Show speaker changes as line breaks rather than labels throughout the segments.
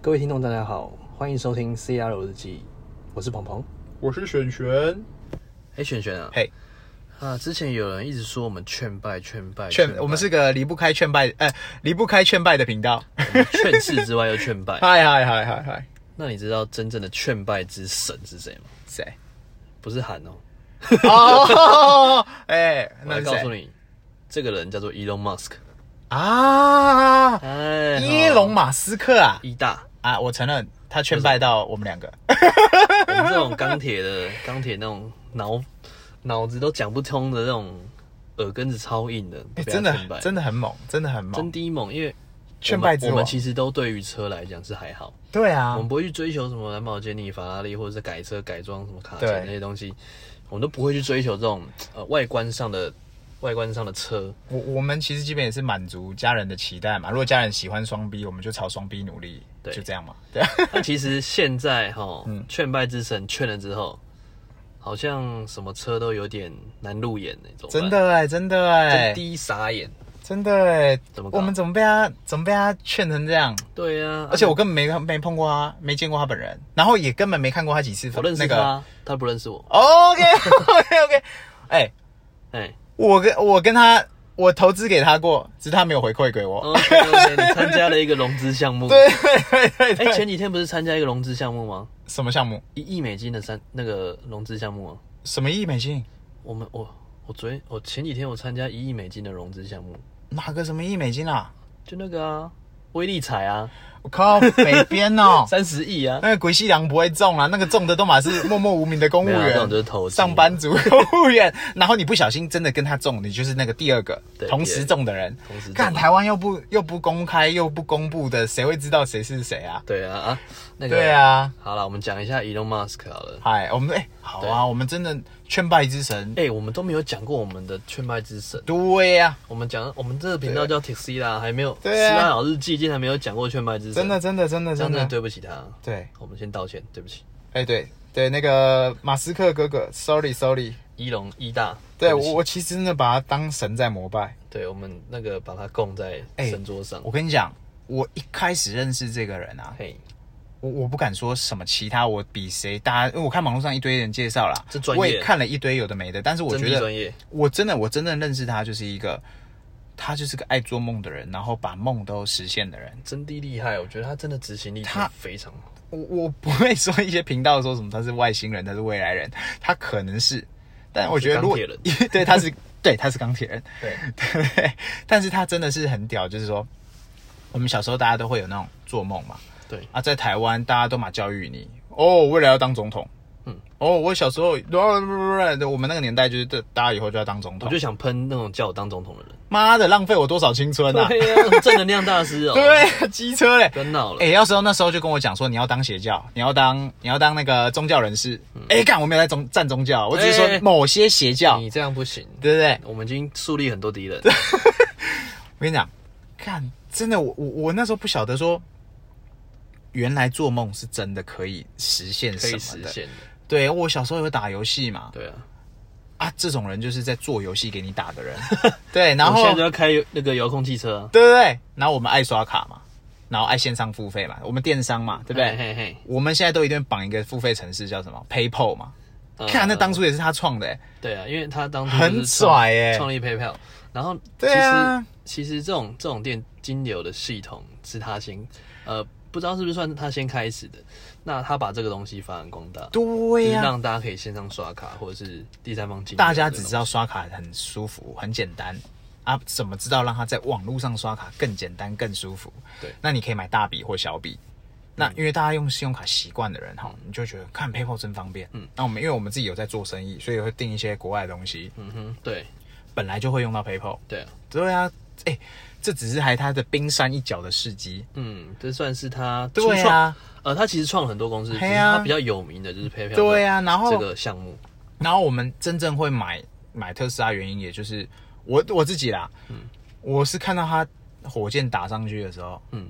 各位听众，大家好，欢迎收听 CR 日记，我是鹏鹏。
我是璇璇，
哎，璇璇啊，
嘿，
啊，之前有人一直说我们劝败、劝败、
劝
败
我们是个离不开劝败，呃，离不开劝败的 频道。
我们 劝世之外又劝 败。
嗨嗨嗨嗨嗨，
那你知道真正的劝败之神是谁吗？
谁？
不是韩哦，
哦，哎，
我
那
来
是
告诉
谁
你，这个人叫做 Elon Musk，
啊？
哎，哦
伊隆马斯克啊
一大，
啊！我承认他劝败到我们两个。
我们这种钢铁的 钢铁那种脑脑子都讲不通的那种耳根子超硬的，
哎
被他
真
劝败
的真的很猛，真的很
真
猛，
低猛，因为
劝
我们
败之
我们
王。
其实都对于车来讲是还好，
对啊
我们，不会去追求什么兰博基尼、法拉利，或者是改车、改装什么卡钳
对
那些东西，我们都不会去追求这种呃外观上的外观上的车。
我我们其实基本也是满足家人的期待嘛。如果家人喜欢双 B，我们就朝双 B 努力，
对
就这样嘛。对啊，
但其实现在哈，劝败之神劝了之后，好像什么车都有点难入眼呢、怎么办
真，的哎，真的哎
真，第一傻眼。
真的哎，
怎么搞
我们怎么被他怎么被他劝成这样？
对呀、啊，
而且我根本没没碰过他，没见过他本人，然后也根本没看过他几次。
我认识
那
他，
个
他不认识我。
OK OK OK，哎、
哎、
我跟我跟他，我投资给他过，只是他没有回馈给我。
OK OK，你参加了一个融资项目。
对对对
哎、
对，
前几天不是参加一个融资项目吗？
什么项目？
一亿美金的三那个融资项目啊。
什么亿美金？
我们我我昨天我前几天我参加一亿美金的融资项目，
哪个什么亿美金啊？
就那个啊，威力彩啊，，
我靠，北边哦
三十亿啊，
那个鬼西凉不会中啊，那个中的都嘛是默默无名的公务
没有啊
员，
这种就是投机
上班族公务员，然后你不小心真的跟他中，你就是那个第二个
对
同时中的人。
同时中
干台湾又不又不公开又不公布的，谁会知道谁是谁啊？
对啊啊，那个
对，啊，
好了，我们讲一下 Elon Musk 好了。
嗨，我们哎、好
对
啊，我们真的劝败之神，
哎、我们都没有讲过我们的劝败之神，
对啊呀、
我们讲我们这个频道叫 t e x i l a 还没有，
啊对啊
斯拉老日记竟然没有讲过劝败之神，
真的真的真的
这样真
真
的
的，
对不起他，
对，
我们先道歉，对不起，
哎、对对，那个马斯克哥哥，sorry sorry，
伊隆伊大，
对
不起
我我其实真的把他当神在膜拜。
对我们那个把他供在
哎
神桌上，
我跟你讲，我一开始认识这个人啊，
嘿，
我我不敢说什么其他，我比谁大家，因为我看网络上一堆人介绍啦
这，专业
我也看了一堆有的没的，但是我
真
觉
的
得
专业，
我真的我真正认识他就是一个，他就是个爱做梦的人，然后把梦都实现的人。
真的厉害，我觉得他真的执行力真的
他
非常好。
我我不会说一些频道说什么他是外星人，他是未来人，他可能是，但我觉得如果
是钢
对他是对他是钢铁人，
对，
对，但是他真的是很屌，就是说我们小时候大家都会有那种做梦嘛，
对
啊，在台湾大家都嘛教育你哦，未来要当总统。
嗯
嗯，哦，我小时候，哦不不不，我们那个年代就是这，大家以后就要当总
我
统
就。想喷那种叫我当总统的人。
妈的，浪费我多少青春啊！
呀、正能量大师哦、，
对，机车嘞
不。要闹了。
哎、要是那时候就跟我讲说，你要当邪教，你要当你要当那个宗教人士。哎、干、我没有在宗站宗教，我只是
嗯哎嗯
说某些邪教，
你这样不行，
对不对？
我们已经树立很多敌人。
我跟你讲，看，真的，我我我那时候不晓得说，原来做梦是真的可以实现
可
什
以
么
实
的。
现的。
对我小时候有打游戏嘛，
对啊，
啊，这种人就是在做游戏给你打 的人。对，然
我
后
现在就
对
要开那个遥控汽车啊，
对对，然后我们爱刷卡嘛，然后爱线上付费嘛，我们电商嘛，对不
嘿
对？
嘿嘿，
我们现在都一定会绑一个付费城市叫什么 PayPal 嘛，
呃
看那当初也是他创的、欸，
对啊，因为他当初
很
就是创
拽欸
创立 PayPal，然后其
对
实、
啊
其实这种这种电金流的系统是他先呃不知道是不是算他先开始的，那他把这个东西发扬光大，就
对
是
呀、
让大家可以线上刷卡或者是第三方金流
大家
这
只
种
知道刷卡很舒服、很简单啊，怎么知道让他在网络上刷卡更简单、更舒服？
对嗯
那你可以买大笔或小笔。那因为大家用信用卡习惯的人哈，你就觉得看 PayPal 真方便。嗯，那我们因为我们自己有在做生意，所以会订一些国外的东西，
嗯哼，对
本来就会用到 PayPal。
对啊，
对啊，哎、这只是还他的冰山一角的事迹。
嗯，这算是他初
对
创，
啊，
呃，他其实创了很多公司，只
嘿
是
啊
他比较有名的就是 PayPal，
对啊，然后
这个项目，
然后我们真正会买买特斯拉，原因也就是我我自己啦，
嗯
我是看到他火箭打上去的时候，
嗯，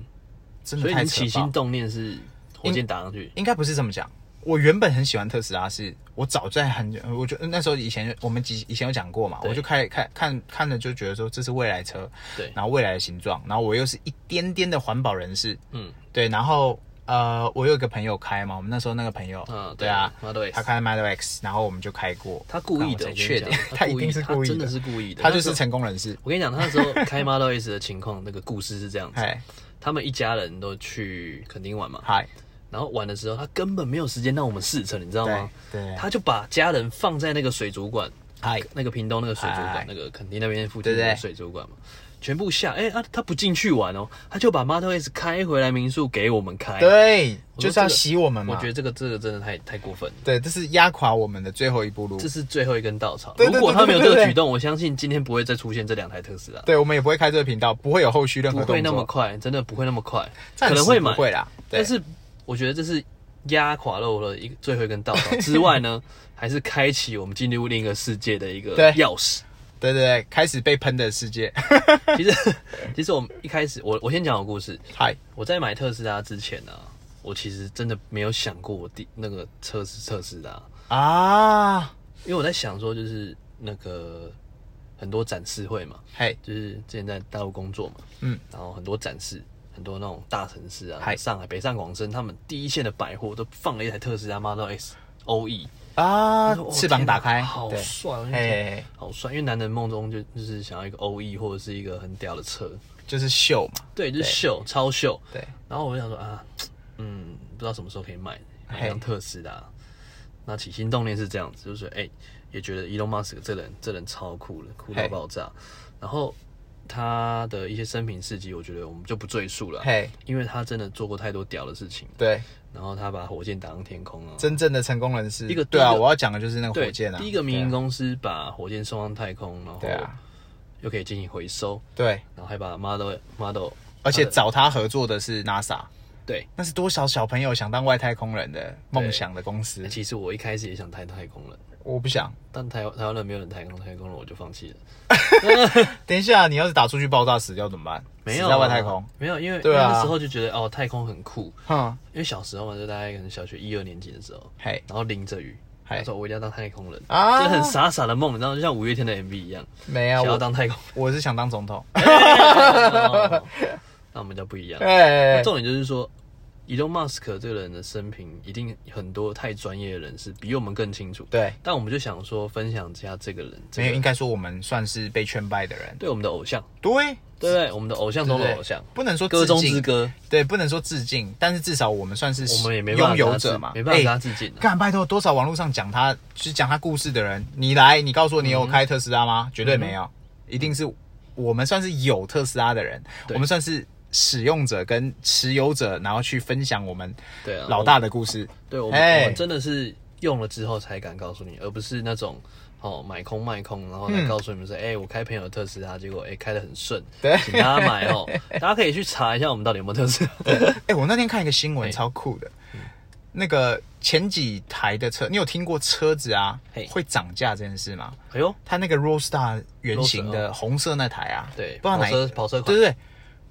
真的
所以
太
你
扯
起
爆
心。动念是火箭打上去，
应该不是这么讲，我原本很喜欢特斯拉是，我早在很久，我就那时候以前我们以以前有讲过嘛，
对
我就开看看看了就觉得说这是未来车，
对，
然后未来的形状，然后我又是一点点的环保人士，
嗯，
对，然后呃，我有一个朋友开嘛，我们那时候那个朋友，
嗯
对啊
对，Model X
他开 Model X，然后我们就开过，
他故意的，我跟
确
你
定
讲，，
他一
故意
定是故
他
意
真的是故意的，
他就是成功人士，
我跟你讲，他那时候开 Model S 的情况，那个故事是这 样子：
哎
他们一家人都去垦丁玩嘛，
嗨，
然后玩的时候，他根本没有时间让我们试乘，你知道吗？
对对
他就把家人放在那个水族馆，
嗨，
哎那个屏东那个水族
哎
馆，那个垦丁那边附近
对对
的水族馆嘛，全部下。哎、啊，他不进去玩哦，他就把 Model S 开回来民宿给我们开。，
对，啊
我说
就是要
这个
洗我们嘛，
我觉得这个这个真的太太过分了。
对，这是压垮我们的最后一步路
这，是最后一根稻草。
对对对
如果他没有这
对对
个
对
举动，我相信今天不会再出现这两台特斯拉，
对我们也不会开这个频道，不会有后续任何
不
动
会那么
作，
快，真的不会那么快，
暂
可
时
能会买
不，会啦，对
但是我觉得这是压垮了我的一个最后一根稻 草之外呢，还是开启我们进入另一个世界的一个
对
钥匙。
对对对，开始被喷的世界，
其实，其实我们一开始，我我先讲我故事。
嗨，
我在买特斯拉之前呢、啊，我其实真的没有想过我第那个测试特斯拉，
啊，
因为我在想说，就是那个很多展示会嘛，
嘿，
就是之前在大陆工作嘛，
嗯，
然后很多展示，很多那种大城市啊，
嗨
上海、北上广深，他们第一线的百货都放了一台特斯拉 Model S OE，
啊
我说，哦
翅膀
天哪
打开，
好
对，
帅，我就觉得
哎，
好帅，因为男人梦中就就是想要一个 OE 或者是一个很屌的车，
就是秀嘛，
对，就是秀，超秀。
对，
然后我就想说啊，嗯，不知道什么时候可以买，买一辆
嘿
特斯拉。那起心动念是这样子，就是哎、也觉得 Elon Musk 这人这人超酷了，酷到
嘿
爆炸。然后他的一些生平事迹，我觉得我们就不赘述了，啊
嘿，
因为他真的做过太多屌的事情。
对，
然后他把火箭打上天空啊，
真正的成功人士，
一个
对啊，
第一个
我要讲的就是那个
对，
火箭啊，
第一个民哦
对
营
啊
公司把火箭送上太空，然后
对啊，
又可以进行回收，
对，
然后还把 model model
而且找他合作的是 NASA，
对。
那是多少小朋友想当外太空人的梦想的公司？
其实我一开始也想太太空人，
我不想。
但台台湾人没有人太空太空人，我就放弃了。
等一下，你要是打出去爆炸死掉怎么办？
没有
死
啊
在外太空。，
没有，因为
对啊
因为那时候就觉得哦，太空很酷。
哼，
因为小时候嘛，就大概可能小学一二年级的时候，
嘿，
然后淋着雨，
嗨
他说我一定要当太空人
啊
这很傻傻的梦，你知道，就像五月天的 MV 一样，
没有，
想要
我
当太空
我是想当总统。
人。哦那我们就不一样。
哎，
重点就是说，Elon Musk 这个人的生平，一定很多太专业的人士比我们更清楚。
对，
但我们就想说，分享一下这个人，这
没有，
个
应该说我们算是被劝败的人。
对我们的偶像，
对，
对不对？我们的偶像中
对
的
不
偶像，
不能说
歌中
致敬
之歌，
对，不能说致敬，但是至少我们算是
我们也没办法跟
拥
他
有
致
者嘛，
没办法跟
哎
他致敬啊
干拜托，多少网络上讲他，就是讲他故事的人，你来，你告诉我你有开特斯拉
嗯
吗？绝对没有，一定是我们算是有特斯拉的人，
对
我们算是使用者跟持有者，然后去分享我们
对啊，
老大的故事。
对我们、
哎
我们真的是用了之后才敢告诉你，而不是那种哦买空卖空，然后
嗯
来告诉你们说，哎、我开朋友的特斯拉，结果哎、开的很顺，
对
请大家买哦。大家可以去查一下我们到底有没有特斯拉。
哎、我那天看一个新闻，
嘿嗯
超酷的。那个前几台的车，你有听过车子啊
嘿
会涨价这件事吗？
哎呦，
它那个 Roadstar 原型
Roadster，
的红色那台啊，
哦对，
不知道
跑
哪一
车跑车款
对对对，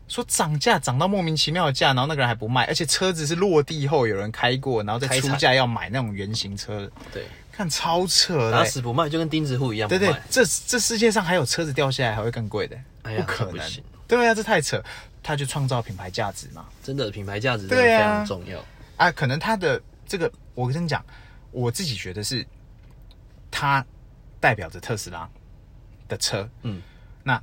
说涨价涨到莫名其妙的价，然后那个人还不卖，而且车子是落地后有人开过，然后再
开
出
采
价要买那种原型车，
对，
看超扯的
打
欸、
死不卖就跟钉子户一样不
对
卖，
对，这这世界上还有车子掉下来还会更贵的、
哎呀
不可
这不
能
行。
对啊，这太扯，他就创造品牌价值嘛。
真的品牌价值真的
对
非
啊
常重要。
啊，可能他的这个，我跟你讲，我自己觉得是，它代表着特斯拉的车，
嗯，
那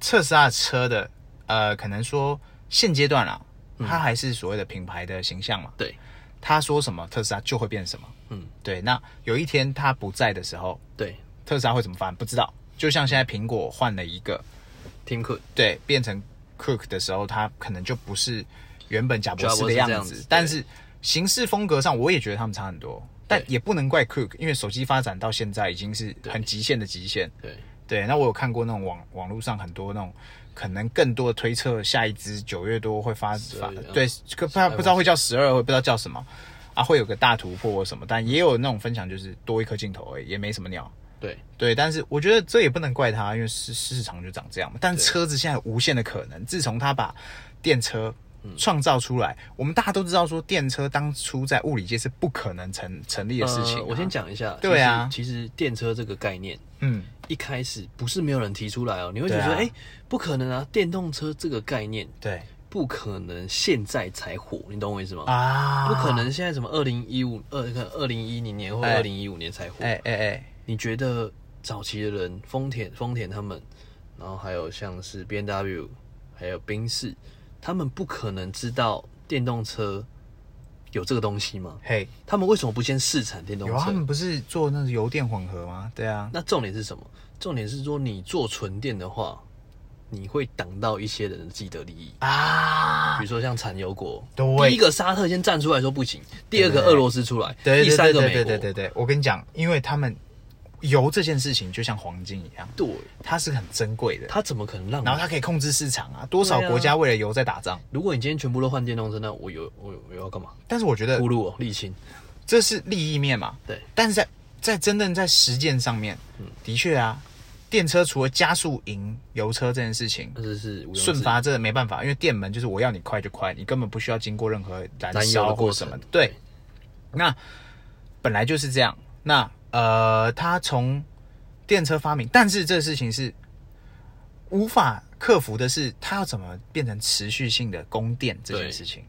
特斯拉的车的，呃，可能说现阶段啦、它还是所谓的品牌的形象嘛，
嗯对
他说什么，特斯拉就会变什么，
嗯，
对。那有一天他不在的时候，
对
特斯拉会怎么发展？不知道。就像现在苹果换了一个，
，Tim Cook
对，变成 Cook 的时候，它可能就不是原本贾博
贾
士
博
的
士
样
这样
子
子，
但
对
是形式风格上，我也觉得他们差很多。但
对
也不能怪 Cook，因为手机发展到现在已经是很极限的极限。
对
对，那我有看过那种网网络上很多那种，可能更多的推测下一支九月多会发
12
发
月啊，
对，可不知道不知道会叫十二，会不知道叫什么啊，会有个大突破或什么，但也有那种分享就是多一颗镜头而已，也没什么鸟。
对，
对，但是我觉得这也不能怪他，因为市市场就长这样嘛。但车子现在有无限的可能，自从他把电车
嗯
创造出来，我们大家都知道说电车当初在物理界是不可能成成立的事情啊、
呃我先讲一下，
对啊
其实其实电车这个概念，
嗯，
一开始不是没有人提出来哦，你会觉得
对
哎、
啊
诶不可能啊，电动车这个概念
对
不可能现在才火，你懂我意思吗？
啊，
哦不可能现在什么二零一五二二零一零年或
哎
二零一五年才火。
哎哎哎，
你觉得早期的人，丰田、丰田他们，然后还有像是 B N W，还有宾士，他们不可能知道电动车有这个东西吗？
嘿，
他们为什么不先试产电动
有啊，他
车？
们不是做那个油电混合吗？对啊，
那重点是什么？重点是说你做纯电的话，你会挡到一些人的既得利益，
啊
比如，说像产油国。
对
第一个沙特先站出来说不行，第二个
对对对
俄罗斯出来，
对
第
对
三
对
个
对
美
对
国，
对对对，我跟你讲，因为他们油这件事情就像黄金一样，
对
它是很珍贵的，
他怎么可能让你
然后它可以控制市场啊，多少
对啊
国家为了油在打仗。
如果你今天全部都换电动车，那我有我有我要干嘛？
但是我觉得
咕噜哦，沥青，
这是利益面嘛，
对，
但是在在真正在实践上面，的确啊，电车除了加速赢油车这件事情，
那就是毋庸置疑
顺。发真的没办法，因为电门就是我要你快就快，你根本不需要经过任何燃
燃油
烧
的
或
过
什么
程
的。对，那本来就是这样。那呃，他从电车发明，但是这个事情是无法克服的是，它要怎么变成持续性的供电这件
对
事情，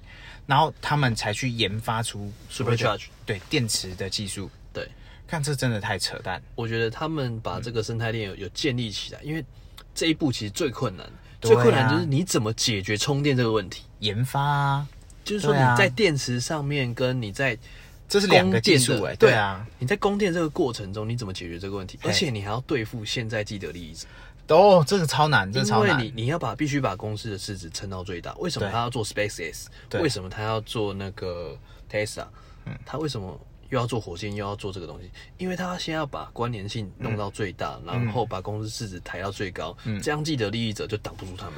然后他们才去研发出所谓的
Supercharge
对电池的技术。
对，
看这真的太扯淡，
我觉得他们把这个生态链有有建立起来，因为这一步其实最困难，
对
最
啊
困难就是你怎么解决充电这个问题，
研发啊，
就是说
对啊
你在电池上面跟你在
这是两个
供
技
电
术
的
哎、
对
对啊，，
你在供电这个过程中你怎么解决这个问题，而且你还要对付现在既得利益者，
哦，这个超难，这个
因
超
为
难
你。你要把必须把公司的市值撑到最大。为什么
对
他要做 SpaceX？
对嗯
为什么他要做那个 Tesla？他为什么又要做火箭，又要做这个东西？因为他先要把关联性
嗯
弄到最大，然后把公司市值抬到最高，这样既得利益者就挡不住他们。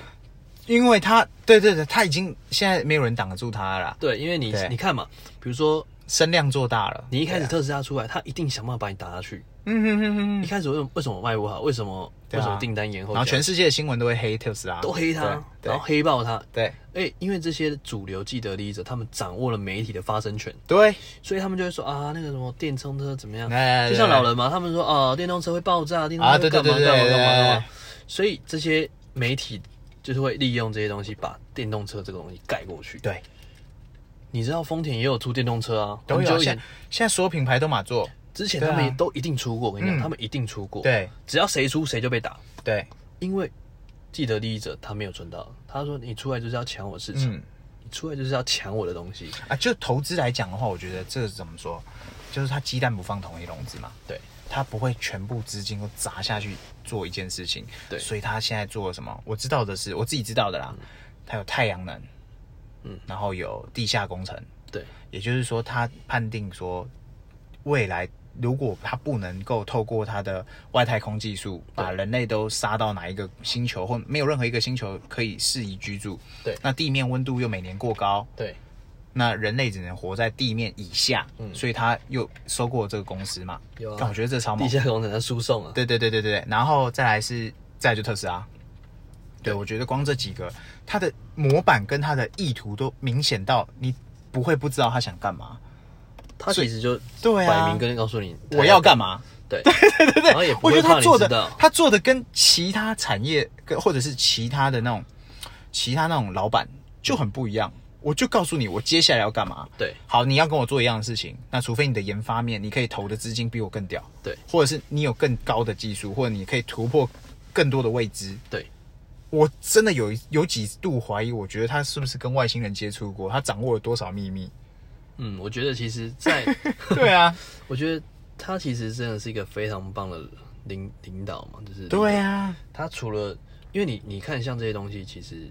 因为他，对对对，他已经现在没有人挡得住他了啦，
对，因为你
对啊
你看嘛，比如说
声量做大了。
你一开始特斯拉出来，他一定想办法把你打下去。
嗯哼哼哼
一开始为什么为什么卖不好？为什么
对
为
啊
什么订单延后
哼，
这样？
然后全世界的新闻都会黑特斯拉，
都黑他，
对
然后黑爆他。
对
哎，因为这些主流既得利益者，他们掌握了媒体的发声权，
对
所以他们就会说啊，那个什么电动车怎么样？
哎
就像老人嘛，他们说哦，电动车会爆炸，电动
啊
车
对
会干嘛
对对
干嘛
对哎
干嘛
对
干嘛。所以这些媒体就是会利用这些东西，把电动车这个东西盖过去。
对，
你知道丰田也有出电动车啊，
都
很久
有。
以
现
前
在现在所有品牌都马做，
之前
对啊
他们也都一定出过，我跟你讲，
嗯
他们一定出过。，
对
只要谁出谁就被打，
对，
因为既得利益者他没有存到，他说你出来就是要抢我市场，
嗯
你出来就是要抢我的东西。
啊，就投资来讲的话，我觉得这是怎么说，就是他鸡蛋不放同一笼子嘛，
对，
他不会全部资金都砸下去做一件事情，
对
所以他现在做了什么？我知道的是，我自己知道的啦，他有太阳能，
嗯，
然后有地下工程，
对，
也就是说，他判定说，未来如果他不能够透过他的外太空技术把人类都杀到哪一个星球，或没有任何一个星球可以适宜居住，
对
那地面温度又每年过高，
对，
那人类只能活在地面以下，
嗯
所以他又收购了这个公司嘛，
有啊
但我觉得这超猛
地，下工程在输送啊。
对对对对对，然后再来是再来就特斯拉。对，我觉得光这几个，他的模板跟他的意图都明显到你不会不知道他想干嘛。
他其实就
对啊
摆明跟告诉你
我要干
嘛，
嘛？
对对对对，然后也不
我
会
觉得
怕
他
你
做
知
的
道，，
他做的跟其他产业跟或者是其他的那种其他那种老板就很不一样。我就告诉你，我接下来要干嘛。
对
好，你要跟我做一样的事情，那除非你的研发面，你可以投的资金比我更屌，
对
或者是你有更高的技术，或者你可以突破更多的未知。
对，
我真的有有几度怀疑，我觉得他是不是跟外星人接触过？他掌握了多少秘密？
嗯，我觉得其实 在，
对啊，
我觉得他其实真的是一个非常棒的领领导嘛，就是
对啊，
他除了因为你你看像这些东西，其实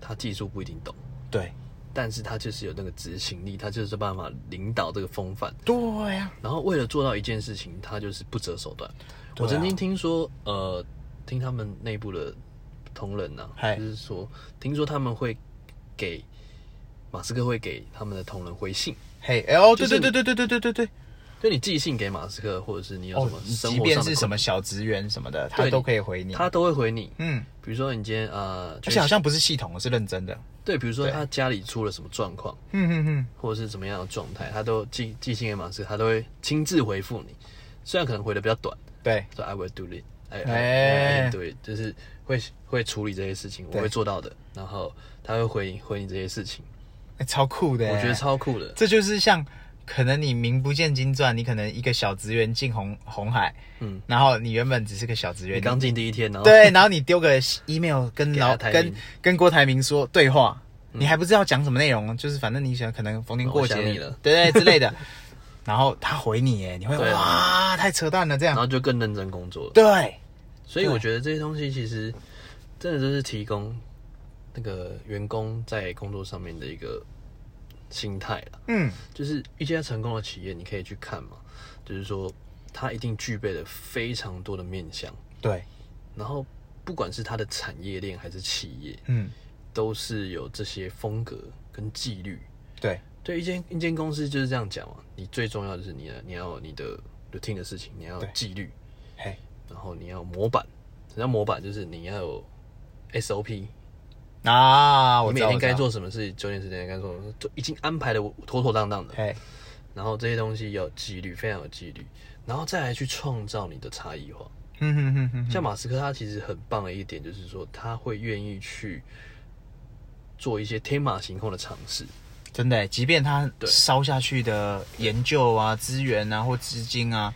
他技术不一定懂，
对
但是他就是有那个执行力，他就是办法领导这个风范。
对啊，
然后为了做到一件事情，他就是不择手段。
对
我
啊
曾经听说，呃，听他们内部的同仁呐、
嗨
就是说，听说他们会给马斯克会给他们的同仁回信，
嘿，哎哦，
就
对
是
对对对对对对对对，
就你寄信给马斯克，或者是你有
哦
什么，生活上
即
的困
便
难，
是什么小职员什么的，他
对
都可以回你。
他都会回你。
嗯，
比如说你今天呃，
而
就
且好
是
像不是系统，是认真的。
对，比如说
对
他家里出了什么状况，
嗯嗯嗯，
或者是怎么样的状态，他都寄寄信给马斯克，他都会亲自回复你，虽然可能回的比较短。
对
说 I will do it，哎
哎
哎，对，就是会会处理这些事情，我
对
会做到的。然后他会回你回你这些事情，
欸超酷的欸、
我觉得超酷的。
这就是像可能你名不见经传，你可能一个小职员进红红海，
嗯，
然后你原本只是个小职员，
你刚进第一天，然后
对，然后你丢个 email 跟
哦给他
老
台
跟
名
跟郭台铭说对话，你还不知道讲什么内容，就是反正你想可能逢年
我
过节
想你了
对对之 类的，然后他回你，哎，你会
对啊
哇，太扯淡了这
然
样，
后就更认真工作了。
对，
所以我觉得这些东西其实真的就是提供那个员工在工作上面的一个心态了。
嗯，
就是一家成功的企业，你可以去看嘛，就是说它一定具备了非常多的面向，
对，
然后不管是它的产业链还是企业，
嗯，
都是有这些风格跟纪律。
对，
对，一间一间公司就是这样讲嘛，你最重要的是你的你要有你的 routine 的事情，你要有
对
纪律，
嘿，
然后你要有模板。什么叫模板？就是你要有 SOP，
啊，我
你
知
每
道
天该，做什么事，九点十点该做什么事，就已经安排的妥妥当当的
我知道。嘿，
然后这些东西要有纪律，非常有纪律，然后再来去创造你的差异化。
嗯哼哼哼哼，
像马斯克他其实很棒的一点就是说，他会愿意去做一些天马行空的尝试。
真的欸，即便他
对
烧下去的研究啊、资源啊或资金啊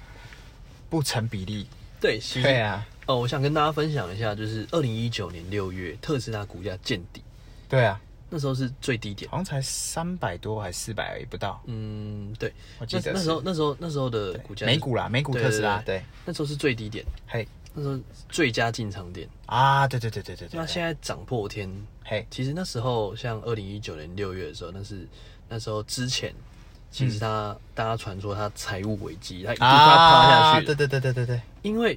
不成比例，
对，其实
对啊，
哦，我想跟大家分享一下，就是二零一九年六月，特斯拉股价见底，
对啊，
那时候是最低点。
好像才三百多还是四百而已，不到。
嗯，对，
我记
那
得
那
是
时候那时候那时候的股价是
美股啦，美股
对
特斯拉，
对
对，
那时候是最低点，
嘿
那时候最佳进场点。
啊，对对对对对对，
那现
在
在涨破天，
嘿，
其实那时候像二零一九年六月的时候，那是那时候之前，其
嗯
实他、大家传说他财务危机，他一度快要趴下去了
对对对对对啊对，
因为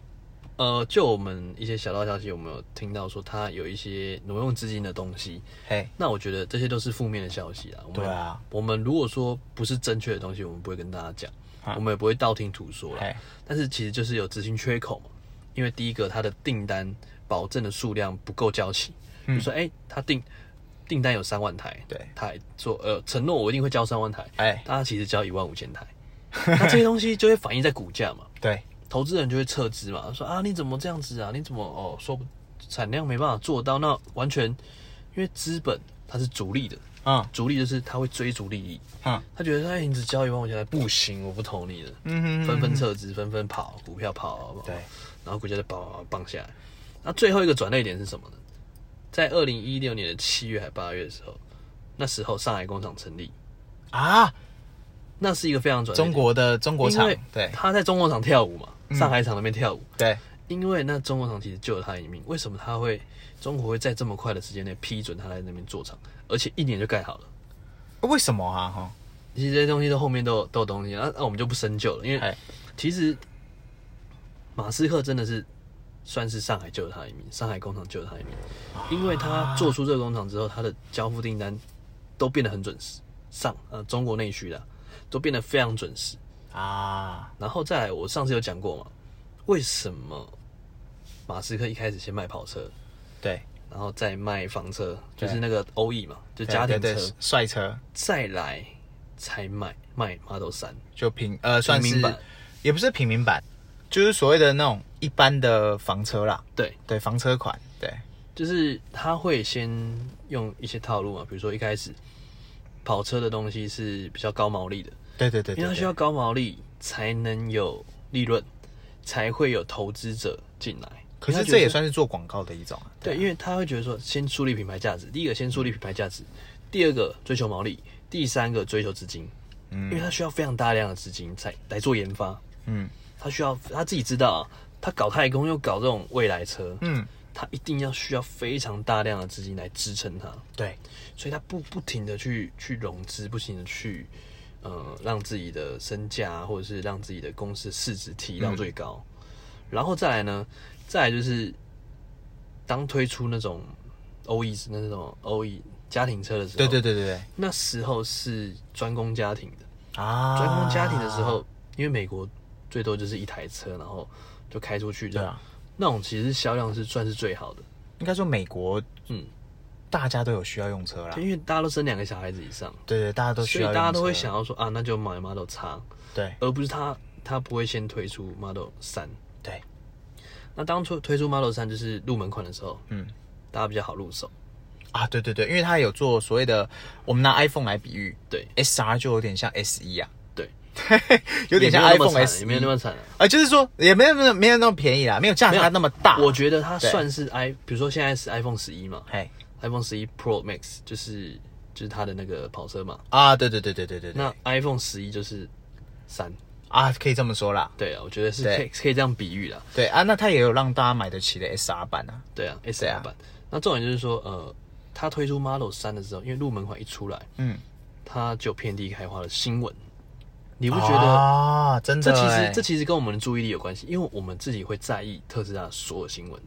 呃，就我们一些小道消息，我们有听到说他有一些挪用资金的东西。
嘿，
那我觉得这些都是负面的消息啊。我们
对啊，
我们如果说不是正确的东西，我们不会跟大家讲，
啊
我们也不会道听途说啦
嘿。
但是其实就是有执行缺口嘛，因为第一个它的订单保证的数量不够交期，比如说哎、他订订单有三万台，
嗯对
他说呃承诺我一定会交三万台，
哎，
但他其实交一万五 千台，那这些东西就会反映在股价嘛，
对，
投资人就会撤资嘛，说啊你怎么这样子啊，你怎么哦说不产量没办法做到，那完全因为资本它是逐利的，
嗯
逐利就是他会追逐利益，
嗯
他觉得哎你只交一万五千台不行，我不投你的，
嗯哼，
纷纷撤资，纷纷跑，股票跑，跑跑
对，
然后股价就爆爆棒下来。那最后一个转捩点是什么呢？在二零一六年的七月还八月的时候，那时候上海工厂成立，
啊，
那是一个非常转捩点
中国的中国
因
厂
为，
对嗯
他在中国厂跳舞嘛，上海厂那边跳舞，
对，
因为那中国厂其实救了他一命。为什么他会中国会在这么快的时间内批准他在那边做厂，而且一年就盖好了？
为什么啊哈？
其实这些东西都后面都有都有东西，那、那我们就不深究了，因为
哎，
其实马斯克真的是算是上海救了他一命，上海工厂救了他一命，因为他做出这个工厂之后，他的交付订单都变得很准时，上呃中国内需的都变得非常准时。
啊，
然后再来，我上次有讲过嘛，为什么马斯克一开始先卖跑车，
对，
然后再卖房车，就
对
是那个欧 E 嘛，就家
对
庭
对
车，
对帅车
再来才卖卖 Model 三，
就平呃算
平
是
民版
也不是平民版，就是所谓的那种一般的房车啦，
对。
对，房车款，对，
就是他会先用一些套路嘛，比如说一开始跑车的东西是比较高毛利的，
对对对
因为它
对
需
对，
要高毛利才能有利润，才会有投资者进来。
可
因
是
为他觉得
这也算是做广告的一种啊，
对，因为他会觉得说，先树立品牌价值，第一个先树立品牌价值，第二个追求毛利，第三个追求资金，因为他需要非常大量的资金才来做研发，
嗯
他需要他自己知道啊，他搞太空又搞这种未来车，
嗯，
他一定要需要非常大量的资金来支撑它。
对，
所以他不不停的去去融资，不停的去呃让自己的身价啊或者是让自己的公司的市值提
嗯
到最高，然后再来呢，再来就是当推出那种 O E 那种 O E 家庭车的时候，
对对，对对对
那时候是专攻家庭的，
啊，
专攻家庭的时候，因为美国最多就是一台车，然后就开出去
对
的，
啊，
那种其实销量是算是最好的，
应该说美国
嗯，
大家都有需要用车啦，
因为大家都生两个小孩子以上。
对对，大家都需
所以
要
大
用车，
家都会想要说啊，那就买 Model X，
对
而不是他他不会先推出 Model 三。
对，
那当初推出 Model 三就是入门款的时候，
嗯，
大家比较好入手。
啊，对对对，因为它有做所谓的，我们拿 iPhone 来比喻，
对
，SR 就有点像 SE 啊，
对，
有点像
也没有那
iPhone
么
S，
惨，也没有那么惨啊。
啊，就是说也没有没有没有那么便宜啦，没有价
没
差
有
那么大。
我觉得它
对
算是 i，比如说现在是 iPhone 十一嘛
哎
，iPhone 十一 Pro Max 就是就是它的那个跑车嘛，
啊，对对对对对对对，
那 iPhone 十一就是三，
啊，可以这么说啦。
对啊，我觉得是
对
可以可以这样比喻啦，
对啊，那它也有让大家买得起的 SR 版啊。
对啊，S
对啊
R 版。那重点就是说，呃，它推出 Model 三的时候，因为入门款一出来，
嗯，
它就遍地开花的新闻，你
你
不觉得？
啊？真的
这
欸，
其实这其实跟我们的注意力有关系，因为我们自己会在意特斯拉的所有新闻，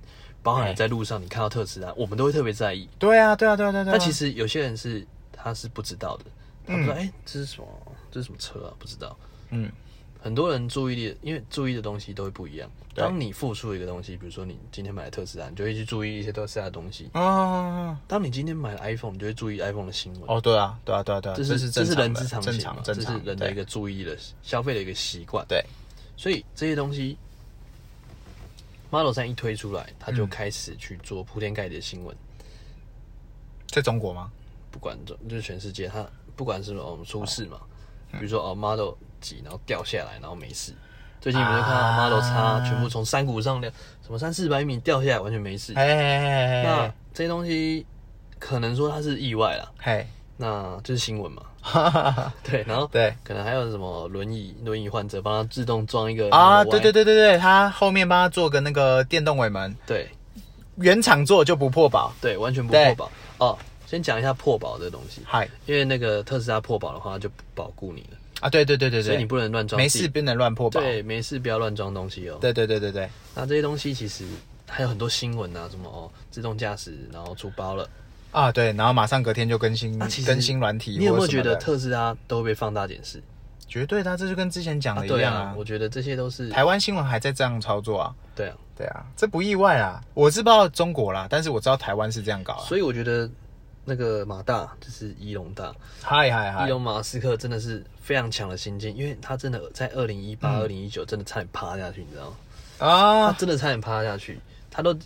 包含
哎
你在路上你看到特斯拉，我们都会特别在意。
对啊，对啊，对啊，对啊。对啊
但其实有些人是他是不知道的，他不知道哎、诶这是什么？这是什么车啊？不知道。
嗯，
很多人注意力，因为注意的东西都会不一样。
对
当你付出一个东西，比如说你今天买了特斯拉，你就会去注意一些特斯拉的东西；
啊，
当你今天买了 iPhone，你就会注意 iPhone 的新闻。
哦，对啊，对啊，对啊，对啊，
这
是
是
正
是
常
人
的
之常
正
情嘛
常，，
这
正
是
常
人的一个注意的消费的一个习惯。
对
所以这些东西，Model 三一推出来，他
嗯
就开始去做铺天盖地的新闻。
对在中国吗？
不管这就是全世界，它不管是哦我们出事嘛，
嗯
比如说哦 Model 几，然后掉下来，然后没事。最近
啊
你们就看到 Model 叉全部从山谷上掉，什么三四百米掉下来，完全没事。
哎哎哎
那
哎
这些东西可能说它是意外啦，
哎，
那就是新闻 嘛。
嘿，
对，然后
对
可能还有什么轮椅轮椅患者帮他自动装一个
啊，
Model Y
对对对对对，他后面帮他做个那个电动尾门，
对
原厂做就不破保。
对，完全不
对
破保哦。先讲一下破保这东西，
嗨
因为那个特斯拉破保的话它就不保固你了，
啊，对对对对对，
所以你不能乱装
没
自己
事不能乱破保。
对，没事，不要乱装东西哦。
对对对对对，
那这些东西其实还有很多新闻啊，什么哦，自动驾驶然后出包了。
啊对，然后马上隔天就更新
那啊其实
嗯更新软体或
你
者什
有
么的，
没有觉得特斯拉都会被放大检视？
绝对的啊，这就跟之前讲的一
对
样
啊
啊，
我。觉得这些都是
台湾新闻还在这样操作啊，
对啊，
对啊，这不意外啊。我是不知道中国啦，但是我知道台湾是这样搞啊。
所以我觉得那个马大就是伊隆大，
嗨嗨
伊
嗨，
隆马斯克真的是非常强的心境，因为他真的在二零一八、二零一九真的差点趴下去，你知道吗？他
嗯啊，
真的差点趴下去，他都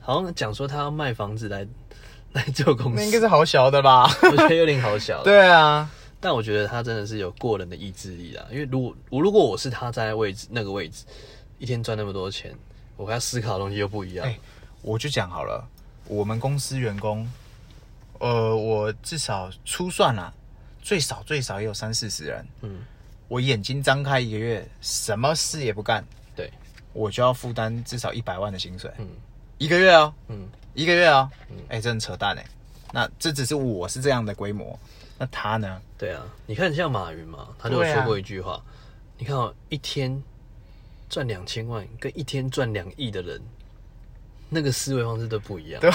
好像讲说他要卖房子来 来做公
那应
司
该，是好小的吧？
我觉得有点好笑。
对啊，
但我觉得他真的是有过人的意志力啊啦。因为如果我如果我是他站在位置那个位置，一天赚那么多钱，我还要思考的东西又不一样。
哎我就讲好了，我们公司员工，呃，我至少初算啦、最少最少也有三四十人。
嗯，
我眼睛张开一个月，什么事也不干，
对，
我就要负担至少一百万的薪水，
嗯
一个月哦，
嗯，
一个月哦，哎、这很扯淡哎。那这只是我是这样的规模，那他呢？
对啊。你看像马云嘛，他就有说过一句话，
啊
你看哦，一天赚两千万跟一天赚两亿的人，那个思维方式都不一样。
对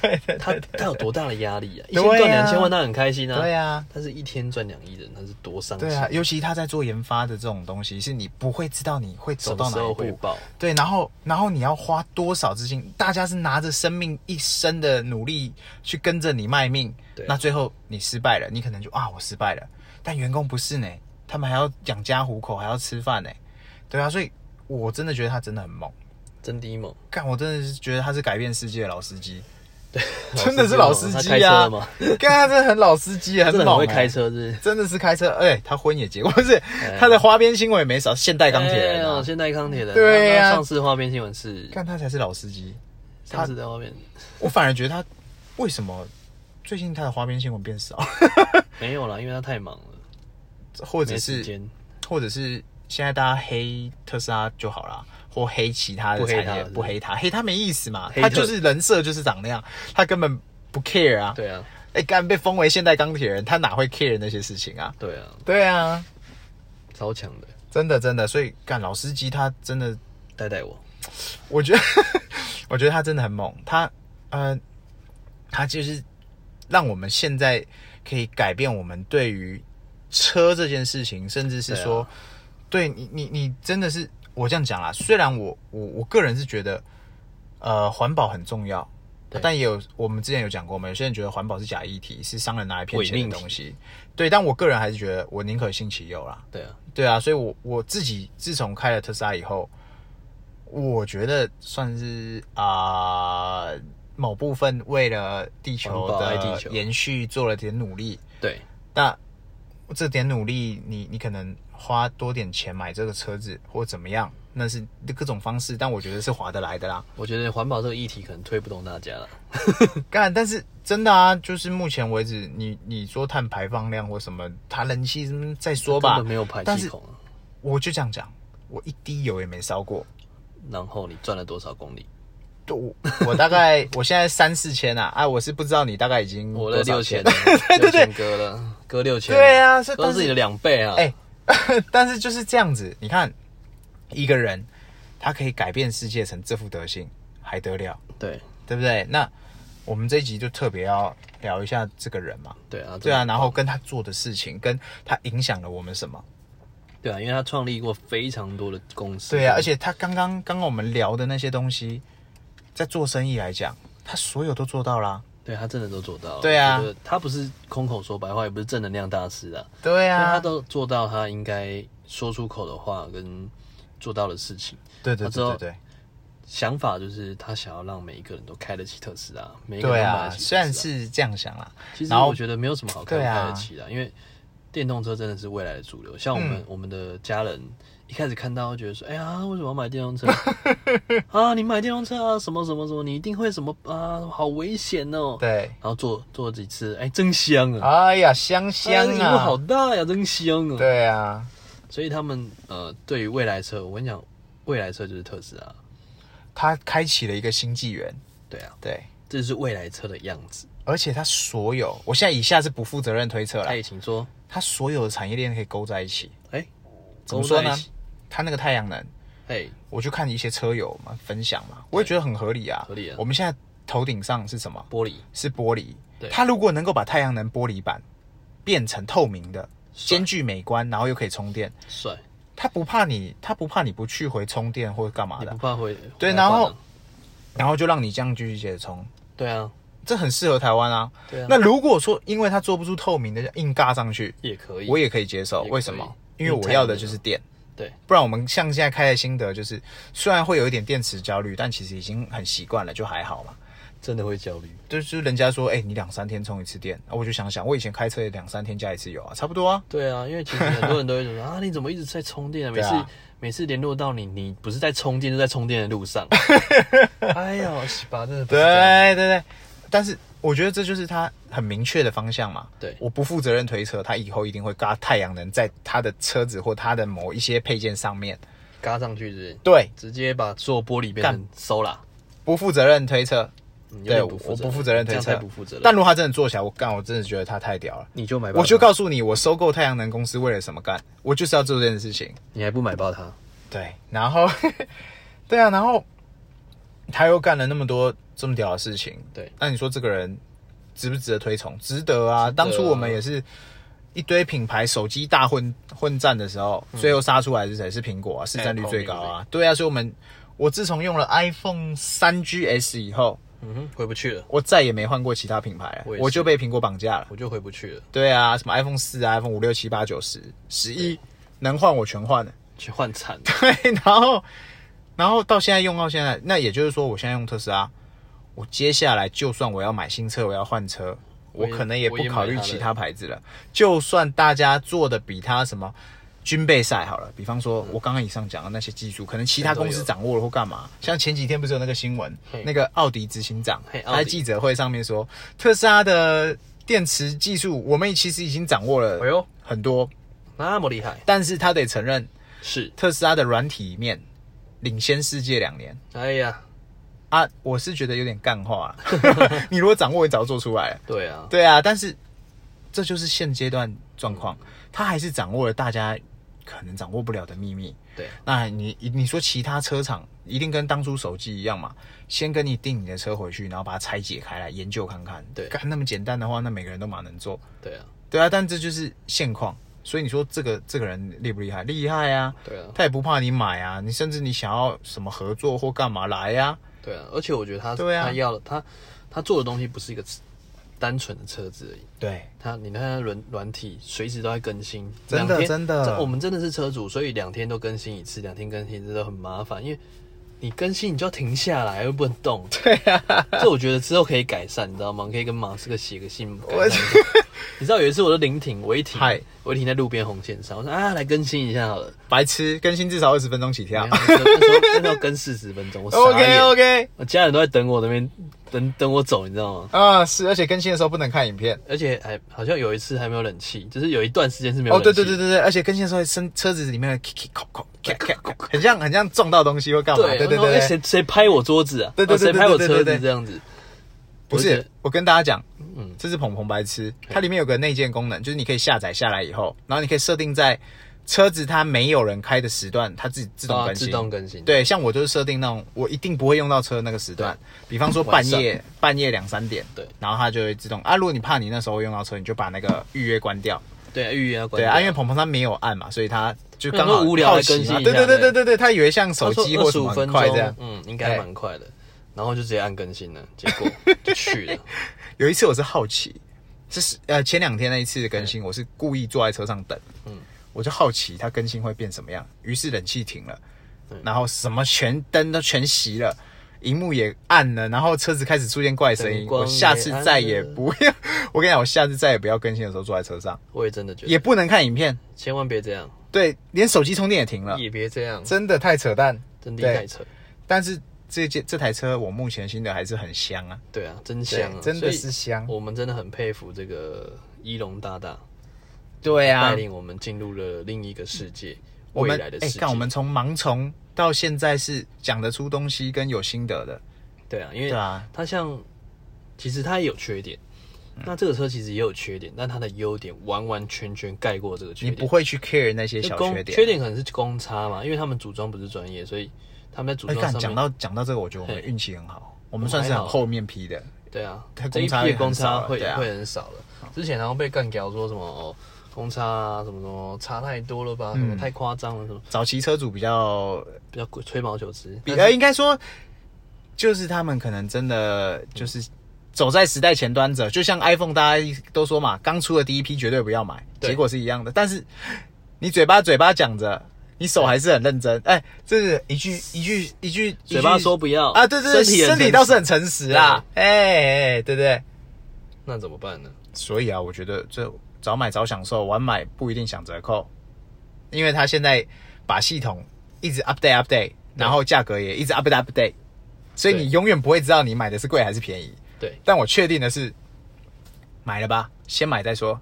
对 对
他
对
他有多大的压力 啊？一天
对啊
赚两千万，他很开心啊。
对啊，
但是一天赚两亿的人，他是多伤心。
对啊，尤其他在做研发的这种东西，是你不会知道你会走
什
到
么
哪
时
一
候
步
回。 报？
对，然后然后你要花多少资金？大家是拿着生命一生的努力去跟着你卖命，
对啊
那最后你失败了，你可能就啊我失败了。但员工不是呢，他们还要养家糊口，还要吃饭呢，对啊，所以我真的觉得他真的很猛。
真低猛。
干，我真的是觉得他是改变世界的老 司机，真的是老司
哦他
机
开车
啊
了吗！
干，他真的很老司机，很
真的
猛
很
欸，
会开车是不是。
真的是开车，哎、他婚也结过，不是他的花边新闻也没少，现代钢铁
哎
人、啊
呦，现代钢铁人。
对呀
那上次花边新闻是
看他才是老司机。
上次在花边
我反而觉得他为什么最近他的花边新闻变少，
没有啦，因为他太忙了，
或者
没时
是
间。
或者是现在大家黑特斯拉就好啦，或黑其他的
不黑
产
他
业，
是不是
不黑他，黑他没意思嘛，
黑
他
特
就是人设就是长那样，他根本不 care 啊。
对啊，
哎，干被封为现代钢铁人，他哪会 care 那些事情啊？
对啊，
对啊，
超强的，
真的真的，所以干老司机他真的
带带我。
我觉得， 我觉得他真的很猛。他，呃，他就是让我们现在可以改变我们对于车这件事情，甚至是说，对,、你，你，你真的是我这样讲啦。虽然我，我，我个人是觉得，呃，环保很重要，
对
但也有我们之前有讲过嘛，有些人觉得环保是假议题，是商人拿来骗
伪
钱
命
的
题
东西。对，但我个人还是觉得，我宁可信其有啦。
对啊，
对啊，所以我我自己自从开了特斯拉以后，我觉得算是啊、某部分为了地球
环保爱地
的
球
延续做了点努力，
对，
那这点努力你，你可能花多点钱买这个车子或怎么样，那是各种方式，但我觉得是划得来 的啦。
我觉得环保这个议题可能推不动大家了。
干，但是真的啊，就是目前为止，你你说碳排放量或什么，它人气什么再说
根
吧
本，没有排
但
气
是
孔啊。
我就这样讲，我一滴油也没烧过。
然后你赚了多少公里？
对我我大概我现在三四千啊，哎、我是不知道你大概已经
我的
多少
六千
钱
了，
对
六
对
千割了，割六千。
对啊所以
都
但
是
是
你的两倍啊。
哎 但是就是这样子，你看一个人他可以改变世界成这副德行，还得了，
对
对不对？那我们这一集就特别要聊一下这个人嘛，
对啊，
对啊，
真的
然后跟他做的事情，跟他影响了我们什么，
对啊，因为他创立过非常多的公司。
对啊，而且他刚刚刚刚我们聊的那些东西，在做生意来讲，他所有都做到啦，
对他真的都做到了。
对啊
我觉得他不是空口说白话，也不是正能量大师啊，
对
但他
啊，
都做到他应该说出口的话跟做到的事情。
对对
他之
对
后
对对。
想法就是他想要让每一个人都开得起特斯拉，每一个
对
人都买
啊
得，起特斯拉。
虽然是这样想啦，
其实
然后
我觉得没有什么好看不
对啊嗯
看得起的、因为电动车真的是未来的主流。像我们、我们的家人一开始看到，觉得说：“哎呀，为什么要买电 动车啊？你买电动车啊，什么什么什么，你一定会什么啊，好危险哦。”。
对，
然后坐坐几次，哎，真香啊！
哎呀，香香
哎这个荧幕
啊，
好大呀，真香啊！。
对啊，
所以他们呃，对于未来车，我跟你讲，未来车就是特斯拉。
他开启了一个新纪元，
对啊，
对，
这就是未来车的样子。
而且他所有，我现在以下是不负责任推测啦
哎，，请说，
他所有的产业链可以勾在一起，
哎，
怎么说
勾在
呢
一起？
他那个太阳能，
哎，
我就看一些车友嘛分享嘛，我也觉得很合理啊，
合理啊
我们现在头顶上是什么？
玻璃
是玻璃
对，
它如果能够把太阳能玻璃板变成透明的，
帅
兼具美观，然后又可以充电。
帅，
它不怕你，它不怕你不去回充电或者干嘛
你
的
不，怕回？
对
回来
然后
换啊
然后就让你这样继续接着充，
对啊，
这很适合台湾啊。
对啊，
那如果说因为它做不出透明的，硬尬上去，
也可以。
我也可以接
也
受。
可以
为什么？
因
因为
为
我
太
要
阳
的
能
就是
啊
电。
对，
不然我们像现在开的心得就是，虽然会有一点电池焦虑，但其实已经很习惯了，就还好嘛。
真的会焦虑。
就是人家说，哎、你两三天充一次电，啊我就想想，我以前开车也两三天加一次油啊，差不多啊。
对啊，因为其实很多人都会觉得啊，你怎么一直在充电啊？每
对
次、
啊
每次联络到你，你不是在充电，就在充电的路 上。哎呦，洗吧，真的不是
对
这样
对对，但是我觉得这就是它很明确的方向嘛。
对
我不负责任推测，它以后一定会嘎太阳能在它的车子或它的某一些配件上面。
嘎上去是不是
对，
直接把所有玻璃变成收啦。
不负责任推测，
嗯有
对，
点
我
负责
不负责任推
这
测，
样太不负责任。
但如果他真的做起来，我干，我真的觉得他太屌了。
你就买爆它，
我就告诉你，我收购太阳能公司为了什么干？我就是要做这件事情。
你还不买爆它，
对，然后， 对啊，然后他又干了那么多这么屌的事情。
对，
那你说这个人值不值得推崇？值得啊！当初我们也是一堆品牌手机大混混战的时候，最后杀出来是谁？是苹果啊，市占率最高啊。对啊，所以我们我自从用了 iPhone 三 GS 以后，
嗯哼，回不去了，
我再也没换过其他品牌了
我也，是
我就被苹果绑架了。
我就回不去了，
对啊，什么 iPhone 四啊、iPhone 五六七八九十十一，能换我全换了。
去换惨了。
对，然后然后到现在用到现在，那也就是说，我现在用特斯拉，我接下来就算我要买新车，我要换车，
我
我
也
可能也不考虑其
我也买它
他牌子了。就算大家做的比它什么。军备赛好了，比方说，
嗯
我刚刚以上讲的那些技术，可能其他公
全都
司
有
掌握了或干嘛。像前几天不是有那个新闻
嘿，
那个奥迪执行长
嘿奥
他在
迪
记者会上面说，特斯拉的电池技术我们其实已经掌握
哎
了
呦，
很多，
那么厉害，
但是他得承认，
是，
特斯拉的软体面领先世界两年
哎呀，
啊，我是觉得有点干话啦。 你如果掌握，你早就做出来了。
对啊，
对啊，但是这就是现阶段状况，他还是掌握了大家可能掌握不了的秘密。
对，
那你你说其他车厂一定跟当初手机一样嘛？先跟你订你的车回去，然后把它拆解开来研究看看。
对
干那么简单的话，那每个人都蛮能做。
对啊，
对啊，但这就是现况。所以你说这个这个人厉不厉害？厉害啊！
对啊，
他也不怕你买啊，你甚至你想要什么合作或干嘛来呀、
对啊，而且我觉得他
对啊
他要的他他做的东西不是一个单纯的车子而已，
对
他你看他软软体随时都在更新，
真
两
的
天
真的
这我们真的是车主，所以两天都更新一次，两天更新一次都很麻烦，因为你更新你就要停下来，又不能动。
对啊，
这我觉得之后可以改善，你知道吗？可以跟马斯克写个信改善一下。你知道有一次我就临停，违停
嗨，
违停在路边红线上，我说啊，来更新一下好了。
白痴，更新至少二十分钟起跳
没有。那时候那时候那时候更四十分钟，我傻眼
OK OK，
我家人都在等我那边等等我走，你知道吗？
啊是，而且更新的时候不能看影片。
而且还好像有一次还没有冷气，就是有一段时间是没有
哦，
冷气。
对对对对对，而且更新的时候，身车子里面的 kick kick 很像很像撞到东西或干嘛？
对
啊对对
我说哎
对
谁谁拍我桌子啊？
对对
哦
对
谁拍我车
对对
子
对对
这样子？
不
我觉
是
得，
我跟大家讲，
嗯
这是鹏鹏白痴，它里面有个内建功能，就是你可以下载下来以后，然后你可以设定在车子它没有人开的时段，它自己自动
啊
更
自
新。
动更新。
对，像我就是设定那种我一定不会用到车的那个时段，比方说半夜半夜两三点，
对，
然后它就会自动啊。如果你怕你那时候会用到车，你就把那个预约关掉。
对，预约要关
对
掉。嗯
啊，因为鹏鹏他没有按嘛，所以他就
那
刚好
如果无聊
好
再更
奇嘛
新一
对
下
对对
对
对对对，他以为像手
他说
机或
二
什
十
么
五
很
分
快这样哎
钟，。嗯，应该蛮快的。然后就直接按更 新了，结果就去了。
有一次我是好奇，这是呃前两天那一次的更新，我是故意坐在车上等，嗯，我就好奇它更新会变什么样，于是冷气停了，然后什么全灯都全熄了。荧幕也暗了，然后车子开始出现怪声音
灯。光
我
也
下次再也
暗了
不要， 我跟你讲，我下次再也不要更新的时候坐在车上，
我也真的觉得，
也不能看影片，
千万别这样，
对，连手机充电也停了，
也别这样，
啊真的太扯淡。
真的
对
太扯。
但是这件这台车，我目前新的还是很香啊，
对啊，真
对
香啊，
真的
所以
是香。
我们真的很佩服这个一龙大大，
对啊
带，领我们进入了另一个世界，
我
未
们
来的
哎，
世界。
看、我们从盲从到现在是讲得出东西跟有心得的，
对啊，因
对
为
啊，
它像，其实它也有缺点。
嗯
那这个车其实也有缺点，但它的优点完完全全盖过这个缺
你
点。
不会去 care 那些
就
小
公
缺点。
缺点可能是公差嘛，因为他们组装不是专业，所以他们在组
哎，
装
看
上
讲
面，
到讲到这个，我觉得我们
嘿
运气很好，
我
我们
们
算是
还
很
好
后面批的。
对啊
它，
这一
公差
批
也
的
很
公
少
差
了
会
对啊
会很少了。之前然后被干掉说什么哦，公差啊，什么什么差太多了
嗯
吧，什么太夸张了，什么
早期车主比较，
比较贵吹毛求疵。
比
但
呃，
是
应该说，就是他们可能真的就是走在时代前端者，就像 iPhone，大家都说嘛，刚出的第一批绝对不要买，
对
结果是一样的。但是你嘴巴嘴巴讲着，你手还是很认真。哎，这是一句一句一句
嘴巴
一句
说不要
啊，对对对，
身体很
身体
诚
倒是
实
很诚实啦，哎、哎对不对？
那怎么办呢？
所以啊，我觉得这早买早享受，晚买不一定享折扣，因为他现在把系统一直 update update，然后价格也一直 update update，所以
对
你永远不会知道你买的是贵还是便宜。
对
但我确定的是，买了吧，先买再说。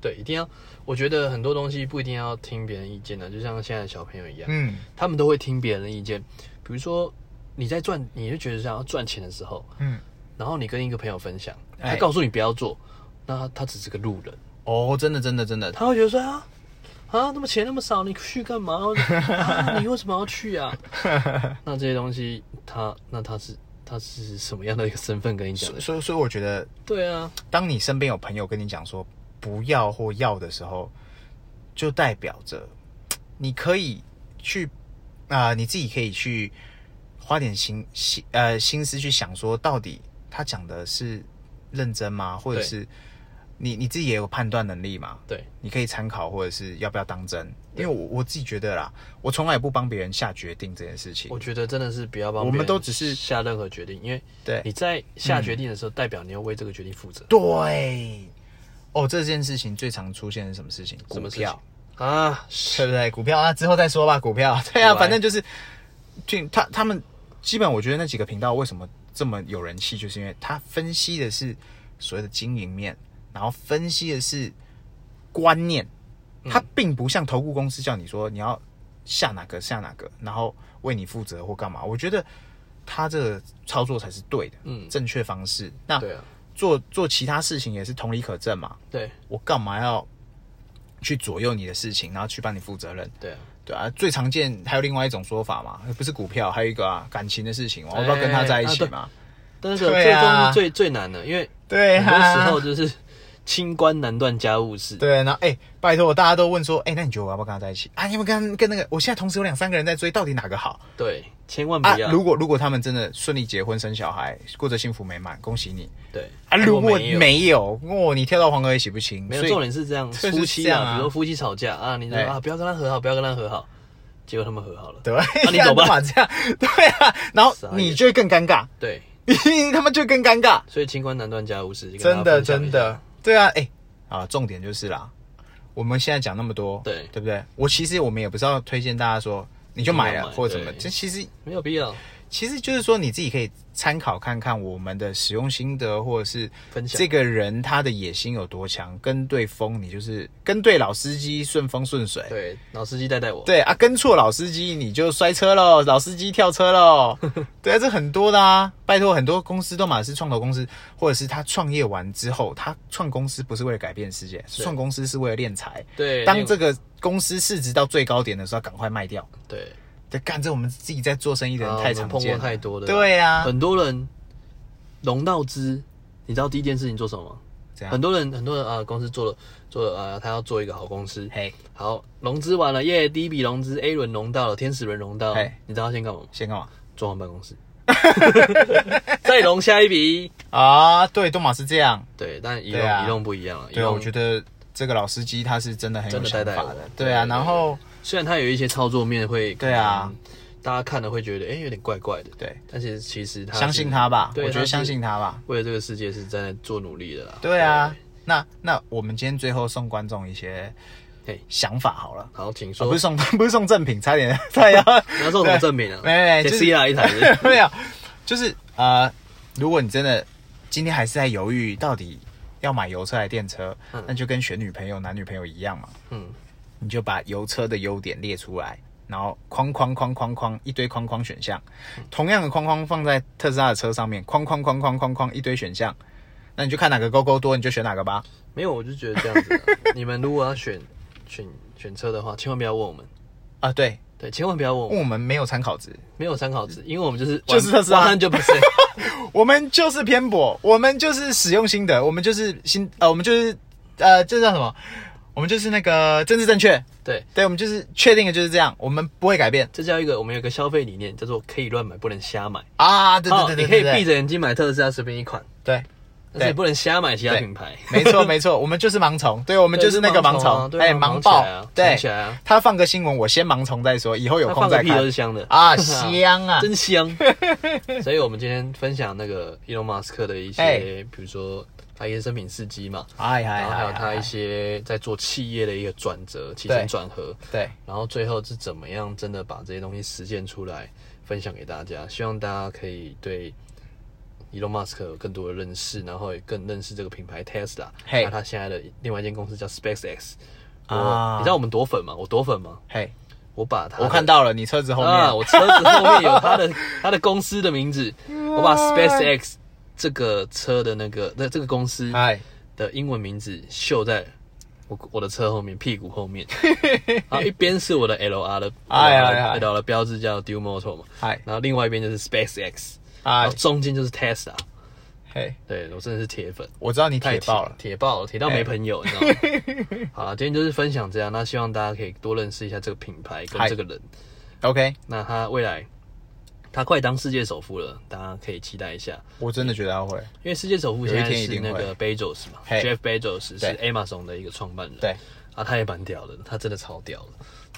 对，一定要，我觉得很多东西不一定要听别人意见的，就像现在的小朋友一样，
嗯，
他们都会听别人的意见。比如说你在赚，你就觉得想要赚钱的时候，
嗯，
然后你跟一个朋友分享，他
哎
告诉你不要做，那他他只是个路人，
哦，真的真的真的，
他会觉得说啊啊，那么钱那么少，你去干 嘛？啊、你为什么要去啊？那这些东西，他那他是他是什么样的一个身份跟你讲
所
的
以？所以所以我觉得，
对啊，
当你身边有朋友跟你讲说不要或要的时候，就代表着你可以去啊、你自己可以去花点心心呃心思去想说，到底他讲的是认真吗？或者
对
是你你自己也有判断能力嘛？
对
你可以参考，或者是要不要当真？因为我我自己觉得啦，我从来不帮别人下决定这件事情
我。觉得真的是不要帮
我们
别人
都只是
下任何决定，因为
对
你在下决定的时候，代表你要为这个决定负责。
对，哦，这件事情最常出现是什么事情？嗯股
什么事情
票。
啊？
对不对？股票啊，之后再说吧。股票，对啊，
对
反正就是，就他他们基本，我觉得那几个频道为什么这么有人气，就是因为他分析的是所谓的经营面，然后分析的是观念，
嗯
他并不像投顾公司叫你说你要下哪个下哪个，然后为你负责或干嘛。我觉得他这个操作才是对的，
嗯
正确方式。那
对啊，
做做其他事情也是同理可证嘛，
对
我干嘛要去左右你的事情，然后去帮你负责任？
对啊，
对啊，最常见还有另外一种说法嘛，不是股票，还有一个啊感情的事情，我要不要跟他在一起嘛？
但是这
对
个
啊
东西最最难的，因为
对
很多时候
啊，
就是清官难断家务事。
对，然后哎、拜托，大家都问说，哎、那你觉得我要不要跟他在一起啊？你们跟跟那个，我现在同时有两三个人在追，到底哪个好
对，千万不
啊
要？
如果如果他们真的顺利结婚生小孩，过着幸福美满，恭喜你
对
啊！如果
没有
没有，哦，你跳到黄河也洗不清，
没有
所以
重点是这样，
所以就是
夫妻
这样
啊，
啊
比如说夫妻吵架啊，你说
对
啊，不要跟他和好，不要跟他和好，结果他们和好了，
对，
那你走吧
干嘛这样，对啊，然后
傻眼
你就会更尴尬，
对，
你他妈就更尴尬，
所以清官难断家务事，跟
真
大家
的
分享一
真
下，
的，对啊，哎、啊，重点就是啦，我们现在讲那么多，
对
对不对？我其实我们也不是要推荐大家说你就买
一定
了
要买
或者怎么，
对
这其实
没有必要
其实就是说你自己可以参考看看我们的使用心得，或者是
分享
这个人他的野心有多强，跟对风你就是跟对老司机顺风顺水。
对，老司机带带我，
哎对啊，跟错老司机你就摔 车喽，老司机跳车喽。对啊，这很多的啊，拜托，很多公司都马是创投公司，或者是他创业完之后，他创公司不是为了改变世界，创公司是为了敛财。
对，
当这
个
个公司市值到最高点的时候，赶快卖掉。
对，
对，干这我们自己在做生意的
啊
人
我
太
们
常
碰
见
过
了。
太多的，
对啊，
很多人融到资，你知道第一件事情做什么吗？
这
很
样，
多人很多人啊、公司做了做了啊、他要做一个好公司，
嘿，
好融资完了耶，第一笔融资 A 轮融到了，天使轮融到
嘿，
你知道他先干嘛吗？
先干嘛？
装潢办公室， 再融下一笔。
啊，对，都马是这样。
对，但移
对
动、
啊
移动不一样了，移
对啊，
动
我觉得这个老司机他是真的很有
哎真的
想
带带
法
我
的。
对
对啊，
对
然后
虽然它有一些操作面会，
对啊，
大家看了会觉得哎、诶有点怪怪的，
对，
但是其实他
相信他吧，
对
我觉得
是
相信他吧。
为了这个世界是在做努力的啦。
对啊，那那我们今天最后送观众一些
嘿
想法好了，
对，好，请
啊、
说，
不是送 不是送赠品，差点 差点要
你要送什么赠品啊？
没没没就是
C 啦一台是不 是
没有，就是呃，如果你真的今天还是在犹豫到底要买油车还是电车，
嗯
那就跟选女朋友男女朋友一样嘛，
嗯，
你就把油车的优点列出来。然后框框框框框一堆框框选项，
嗯
同样的框框放在特斯拉的车上面，框框框框框框一堆选项，那你就看哪个勾勾多，你就选哪个吧。
没有，我就觉得这样子啊、 你们如果要选选选车的话，千万不要问我们，
啊，对，
对，千万不要问我
问
们，
我们没有参考值，
没有参考值，因为我们就是
就是啊特斯拉
就不 是
我们就是偏颇，我们就是使用心得，我们就是心呃，我们就是呃，这叫什么？我们就是那个政治正确，
对。
对，我们就是确定的就是这样，我们不会改变
这叫一个，我们有一个消费理念，叫做可以乱买，不能瞎买。
啊！对
好，
对
哦
对对
你可以
对
闭着眼睛买特斯拉随便一款，
对，
但是你不能瞎买其他品牌。
没错没错，我们就是盲从，对我们就是那
对
个
是盲从啊
虫，
对啊
哎，
盲
盲
起来
爆
啊，盲
对
起来啊，
他放个新闻，我先盲从再说，以后有
它
空
放个
再
屁都是
看
香的
啊，香啊，
真香。 所以我们今天分享那个伊隆马斯克的一
哎
些，比如说他一些生平事迹嘛，
哎哎
然后还有
哎
他一
哎，
些在做企业的一个转折、起
对
承转合，
对，
然后最后是怎么样真的把这些东西实践出来，分享给大家。希望大家可以对 Elon Musk 有更多的认识，然后也更认识这个品牌 Tesla。
嘿
那他现在的另外一间公司叫 SpaceX。我、
啊
你知道我们多粉吗？我多粉吗？
嘿，
我把他
我看到了你车子后
啊，
面，
我车子后面有他的他的公司的名字，我把 SpaceX 这个车的那个那这个公司
哎，
的英文名字绣在我我的车后面屁股后 面，然后一边是我的 L R 的
哎哎哎
L R 的标志叫 Dual Motor 嘛，
嗨
然后另外一边就是 SpaceX，然
哎
后中间就是 Tesla，
嘿，
对我真的是铁粉。
我知道你铁爆了。哎
铁爆了，铁到没朋友，你知道吗？好了，今天就是分享这样，那希望大家可以多认识一下这个品牌跟
嗨
这个人。
OK，
那他未来他快当世界首富了，大家可以期待一下，
我真的觉得他会。
因为世界首富现
有
在
一天一
是
定会
那个 Bezos 嘛
嘿
，Jeff Bezos 是
对
Amazon 的一个创办人，
对，
啊，他也蛮屌的，他真的超屌的。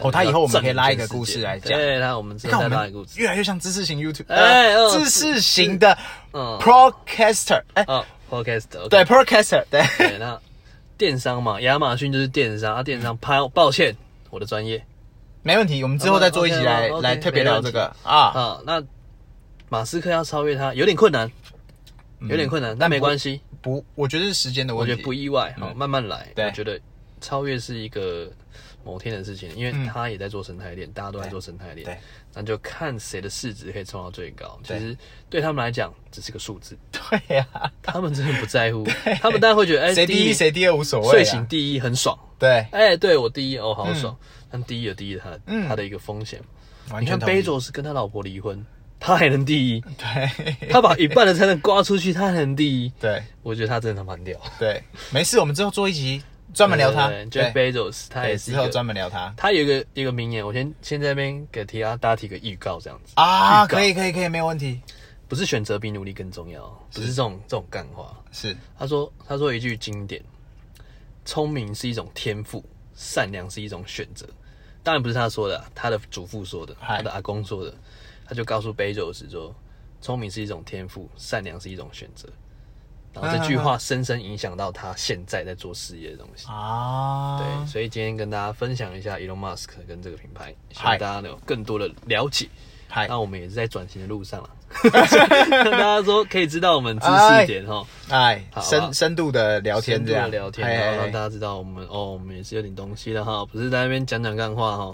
哦他以后我们可以拉一个
整全世界
故事来讲
对，他我们之
你
后
看
再
我
拉一
们
个故事，
越来越像知识型 YouTube，
哎
呃
哦
知识型的
嗯
Procaster，哎，
哦 p o d c a s t
对 Procaster，对，
对，那电商嘛，亚马逊就是电商啊，电商拍，抱歉，我的专业
没问题，我们
哦
之后再做一集来
OK，OK，
来特别聊这
没
个
问
啊，
啊，那马斯克要超越他有点困难，有点困难，但没关系，
嗯不，我觉得是时间的
我
问
觉
题，
得不意外，好，慢慢来。
对
我觉得超越是一个某天的事情，因为他也在做生态链，大家都在做生态
嗯对
链，那就看谁的市值可以冲到最高。其实对他们来讲，只是个数字，
对呀，
他们真的不在 乎。他们当然会觉得，哎，
谁第一
名
谁第二无所谓啊，
睡醒第一很爽，
对，
哎，对我第一哦，好爽。但第一有第一的他的他的一个风险。
嗯完
你
全
看
同意
贝，佐斯跟他老婆离婚，他还能第一，
对
他把一半的财产刮出去，他还能第一。
对
我觉得他真的蛮屌，
对，没事，我们之后做一集专门聊他，
Jeff
对，
Bezos，他也
对，
是
之
一
后
个
专门聊他
他有一个一个名言，我先先在那边给提大家提个预告，这样子，
啊，
预告
可以可以可以，没有问题，
不是选择比努力更重要，不是这种这种干话。
是
他说他说一句经典：聪明是一种天赋，善良是一种选择，当然不是他说的啊，他的祖父说的，
嗨
他的阿公说的，他就告诉 Bezos 说，聪明是一种天赋，善良是一种选择。然后这句话深深影响到他现在在做事业的东西。
啊，
对，所以今天跟大家分享一下 Elon Musk 跟这个品牌，希
嗨
望大家有更多的了解。
嗨
那我们也是在转型的路 上了，跟大家说可以知道我们知识点哦哈，
哎，
好
深
好
深度的聊
深
天
度
这
的
样，
聊天，
哎
然后让
哎
大家知道我们哦，我们也是有点东西的哈，不是在那边讲讲干 话哈，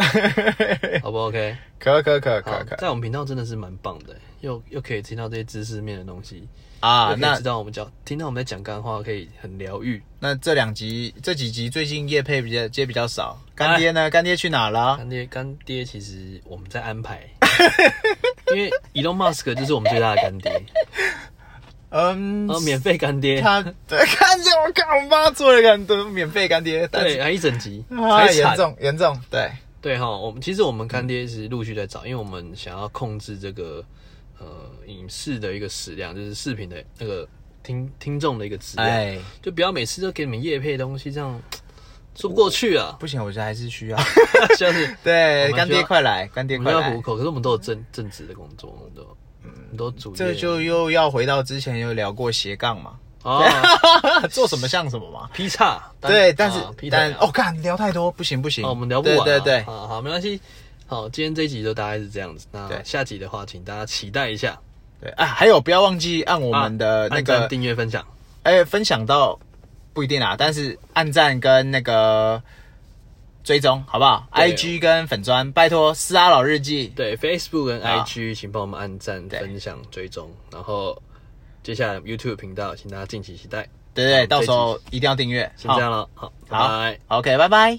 好不好 OK？
可可可
好
可，可
在我们频道真的是蛮棒的，又又可以听到这些知识面的东西
啊
又，可以
那
知道我们讲听到我们在讲干话，可以很疗愈。
那这两集这几集最近叶配比较接比较少，
哎
干爹呢？干爹去哪了？
干爹，干爹，其实我们在安 排，因为 Elon Musk 就是我们最大的干爹，
嗯
然，后免费干爹，
他看见我看我帮他做了个很多免费干爹，但
对，
是
还一整集，
啊
还
严
惨，
重严重，对，
对哈，我们其实我们
嗯
干爹是陆续在找，因为我们想要控制这个呃影视的一个质量，就是视频的那个听听众的一个质量，
哎，
就不要每次都给你们夜配东西，这样说不过去 啊，
不行，我觉得还是需 要。
像是我
对，
们
干
需
爹
要
快来，干爹
我
快
们要
来嗯
糊。口，可是我们都有正正职的工作，我们都我们都主业，
这就又要回到之前有聊过斜杠 嘛，
啊
做什么像什么嘛。
劈叉，单
对，但是
啊劈
但
腿啊
哦，干聊太多，不行不行，
哦，我们聊不完啊，
对对对，
好好，没关系。好，今天这一集就大概是这样子。
对
那下集的话，请大家期待一下
对啊，还有不要忘记按我
我
们的那个
啊订阅、分享。
哎、分享到不一定啊，但是按赞跟那个追踪好不好
对
？IG 跟粉砖，拜托斯阿老日记。
对，Facebook 跟
好
IG，请帮我们按赞、
对
分享、追踪。然后接下来 YouTube 频道，请大家敬请期待。
对对对，
嗯
到时
这
候一定要订阅。
先这样了，好，拜
好
拜。
好，OK，拜拜。